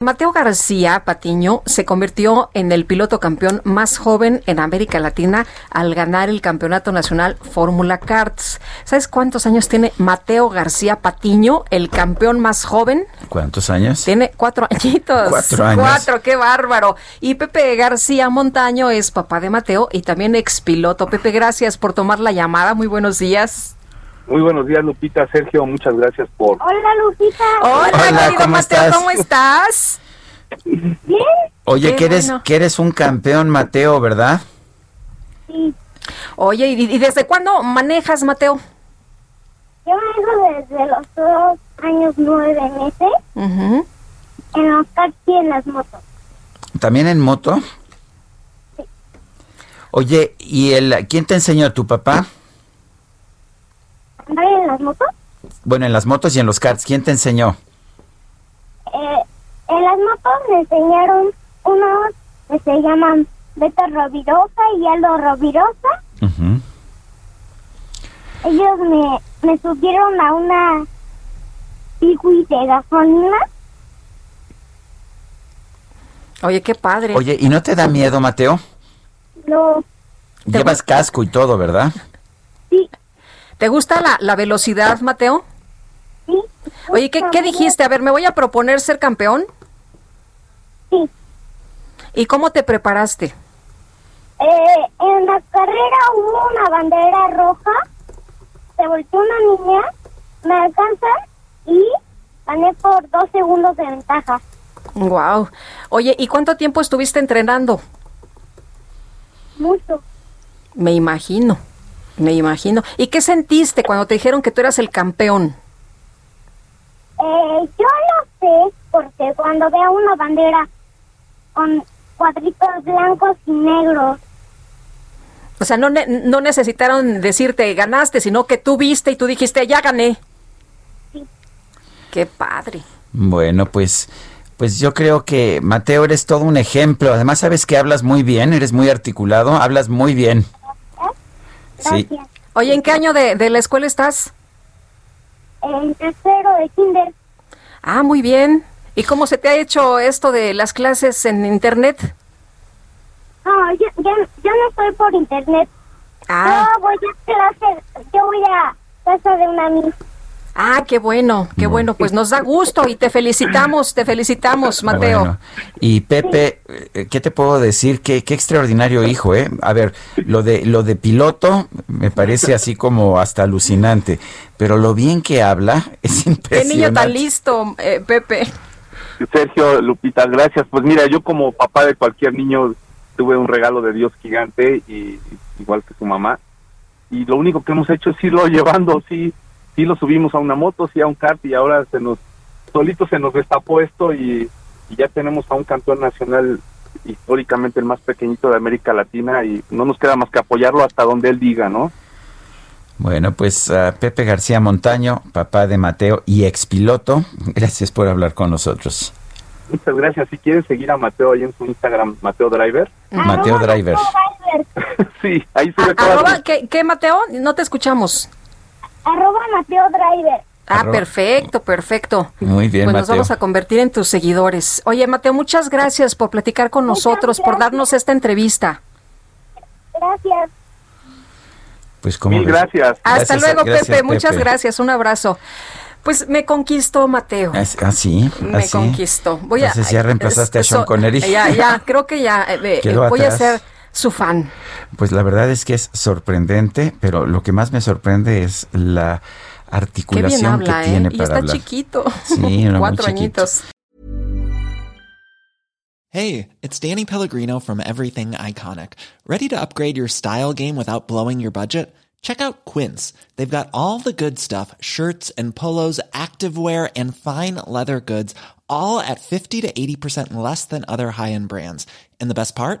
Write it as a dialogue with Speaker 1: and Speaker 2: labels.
Speaker 1: Mateo García Patiño se convirtió en el piloto campeón más joven en América Latina al ganar el Campeonato Nacional Fórmula Karts. ¿Sabes cuántos años tiene Mateo García Patiño, el campeón más joven?
Speaker 2: ¿Cuántos años?
Speaker 1: Tiene cuatro añitos.
Speaker 2: Cuatro años.
Speaker 1: Cuatro, qué bárbaro. Y Pepe García Montaño es papá de Mateo y también expiloto. Pepe, gracias por tomar la llamada. Muy buenos días.
Speaker 3: Muy buenos días, Lupita. Sergio, muchas gracias por.
Speaker 4: Hola, Lupita.
Speaker 1: Hola,
Speaker 2: Hola,
Speaker 1: querido
Speaker 2: ¿cómo
Speaker 1: Mateo,
Speaker 2: estás?
Speaker 1: ¿cómo estás?
Speaker 4: Bien.
Speaker 2: Oye,
Speaker 1: Qué
Speaker 2: que eres,
Speaker 1: bueno.
Speaker 2: que eres un campeón, Mateo, ¿verdad?
Speaker 4: Sí.
Speaker 1: Oye, ¿y, y desde cuándo manejas, Mateo?
Speaker 4: Yo vengo desde los dos años nueve meses
Speaker 1: Ujú.
Speaker 4: en los taxis y en las motos.
Speaker 2: ¿También en moto? Oye, ¿y el quién te enseñó? ¿Tu papá?
Speaker 4: ¿Andar en las motos?
Speaker 2: Bueno, en las motos y en los karts, ¿quién te enseñó?
Speaker 4: Eh, en las motos me enseñaron unos que se llaman Beto Rovirosa y Aldo Rovirosa.
Speaker 2: Ujú.
Speaker 4: Ellos me, me subieron a una pigui de gasolina.
Speaker 1: Oye, qué padre.
Speaker 2: Oye, ¿y no te da miedo, Mateo?
Speaker 4: Lo,
Speaker 1: Te
Speaker 2: Llevas casco y todo, ¿verdad?
Speaker 4: sí,
Speaker 1: ¿Te gusta la, la velocidad, Mateo?
Speaker 4: sí.
Speaker 1: Oye, ¿qué, qué dijiste? A ver, me voy a proponer ser campeón.
Speaker 4: Sí.
Speaker 1: ¿Y cómo te preparaste?
Speaker 4: Eh, en la carrera hubo una bandera roja, se volteó una niña, me alcanzan y gané por dos segundos de ventaja.
Speaker 1: Wow. Oye, ¿y cuánto tiempo estuviste entrenando?
Speaker 4: Mucho.
Speaker 1: Me imagino, me imagino. ¿Y qué sentiste cuando te dijeron que tú eras el campeón?
Speaker 4: Eh, yo lo sé porque cuando veo una bandera con cuadritos blancos y negros,
Speaker 1: O sea, no, ne- no necesitaron decirte ganaste, sino que tú viste y tú dijiste ya gané.
Speaker 4: Sí.
Speaker 1: Qué padre.
Speaker 2: Bueno, pues, pues yo creo que Mateo eres todo un ejemplo. Además, sabes que hablas muy bien, eres muy articulado, hablas muy bien. Sí.
Speaker 4: gracias. eh,
Speaker 1: Oye, ¿en qué año de, de la escuela estás?
Speaker 4: En tercero de kinder,
Speaker 1: Ah, muy bien. ¿Y cómo se te ha hecho esto de las clases en internet?
Speaker 4: no, yo, yo, yo no estoy por internet.
Speaker 1: Ah,
Speaker 4: Yo voy a clase, yo voy a casa de una amiga.
Speaker 1: ah, qué bueno, qué bueno. Pues nos da gusto y te felicitamos, te felicitamos, Mateo.
Speaker 2: Ah, Bueno, y Pepe, eh, ¿qué te puedo decir? Qué, qué extraordinario hijo, ¿eh? A ver, lo de, lo de piloto me parece así como hasta alucinante, pero lo bien que habla es
Speaker 1: Qué
Speaker 2: impresionante.
Speaker 1: niño tan listo, eh, Pepe.
Speaker 3: Sergio, Lupita, gracias. Pues mira, yo como papá de cualquier niño tuve un regalo de Dios gigante, y igual que su mamá. Y lo único que hemos hecho es irlo llevando, sí, sí lo subimos a una moto, sí a un kart, y ahora se nos, solito se nos destapó esto y, y ya tenemos a un campeón nacional históricamente el más pequeñito de América Latina y no nos queda más que apoyarlo hasta donde él diga, ¿no?
Speaker 2: Bueno, pues ah, Pepe García Montaño, papá de Mateo y expiloto, gracias por hablar con nosotros.
Speaker 3: Muchas gracias. Si quieren seguir a Mateo ahí en su Instagram, Mateo Driver.
Speaker 2: Mateo
Speaker 4: Arroba
Speaker 2: Driver.
Speaker 4: Mateo Driver.
Speaker 3: sí, ahí sube todas
Speaker 1: Ah, Arroba,
Speaker 3: las-
Speaker 1: ¿qué, qué, Mateo? No te escuchamos.
Speaker 4: Arroba Mateo Driver.
Speaker 1: Ah,
Speaker 2: Arroba.
Speaker 1: perfecto, perfecto.
Speaker 2: Muy bien,
Speaker 1: Pues nos
Speaker 2: Mateo.
Speaker 1: vamos a convertir en tus seguidores. Oye, Mateo, muchas gracias por platicar con
Speaker 4: Muchas
Speaker 1: nosotros, por
Speaker 4: gracias.
Speaker 1: darnos esta entrevista.
Speaker 4: Gracias.
Speaker 2: Pues como
Speaker 3: Mil gracias.
Speaker 1: Hasta
Speaker 2: Gracias,
Speaker 1: luego,
Speaker 2: gracias,
Speaker 1: Pepe. Muchas
Speaker 2: Pepe.
Speaker 1: gracias. Un abrazo. Pues me conquistó, Mateo.
Speaker 2: Ah, Así,
Speaker 1: me conquistó. Voy
Speaker 2: Entonces
Speaker 1: a,
Speaker 2: ya reemplazaste a
Speaker 1: eso-
Speaker 2: Sean Connery.
Speaker 1: Ya, ya, creo que ya eh, eh,
Speaker 2: Quedó
Speaker 1: voy a
Speaker 2: atrás.
Speaker 1: ser su fan.
Speaker 2: Pues la verdad es que es sorprendente, pero lo que más me sorprende es la
Speaker 1: Qué bien
Speaker 2: articulación
Speaker 1: habla,
Speaker 2: que
Speaker 1: ¿eh?
Speaker 2: tiene
Speaker 1: Y
Speaker 2: para
Speaker 1: está
Speaker 2: hablar.
Speaker 1: chiquito.
Speaker 2: Sí, era muy
Speaker 1: Cuatro
Speaker 2: chiquito.
Speaker 1: añitos.
Speaker 5: Hey, it's Danny Pellegrino from Everything Iconic. Ready to upgrade your style game without blowing your budget? Check out Quince. They've got all the good stuff shirts and polos, activewear, and fine leather goods, all at 50 to 80% less than other high end brands. And the best part?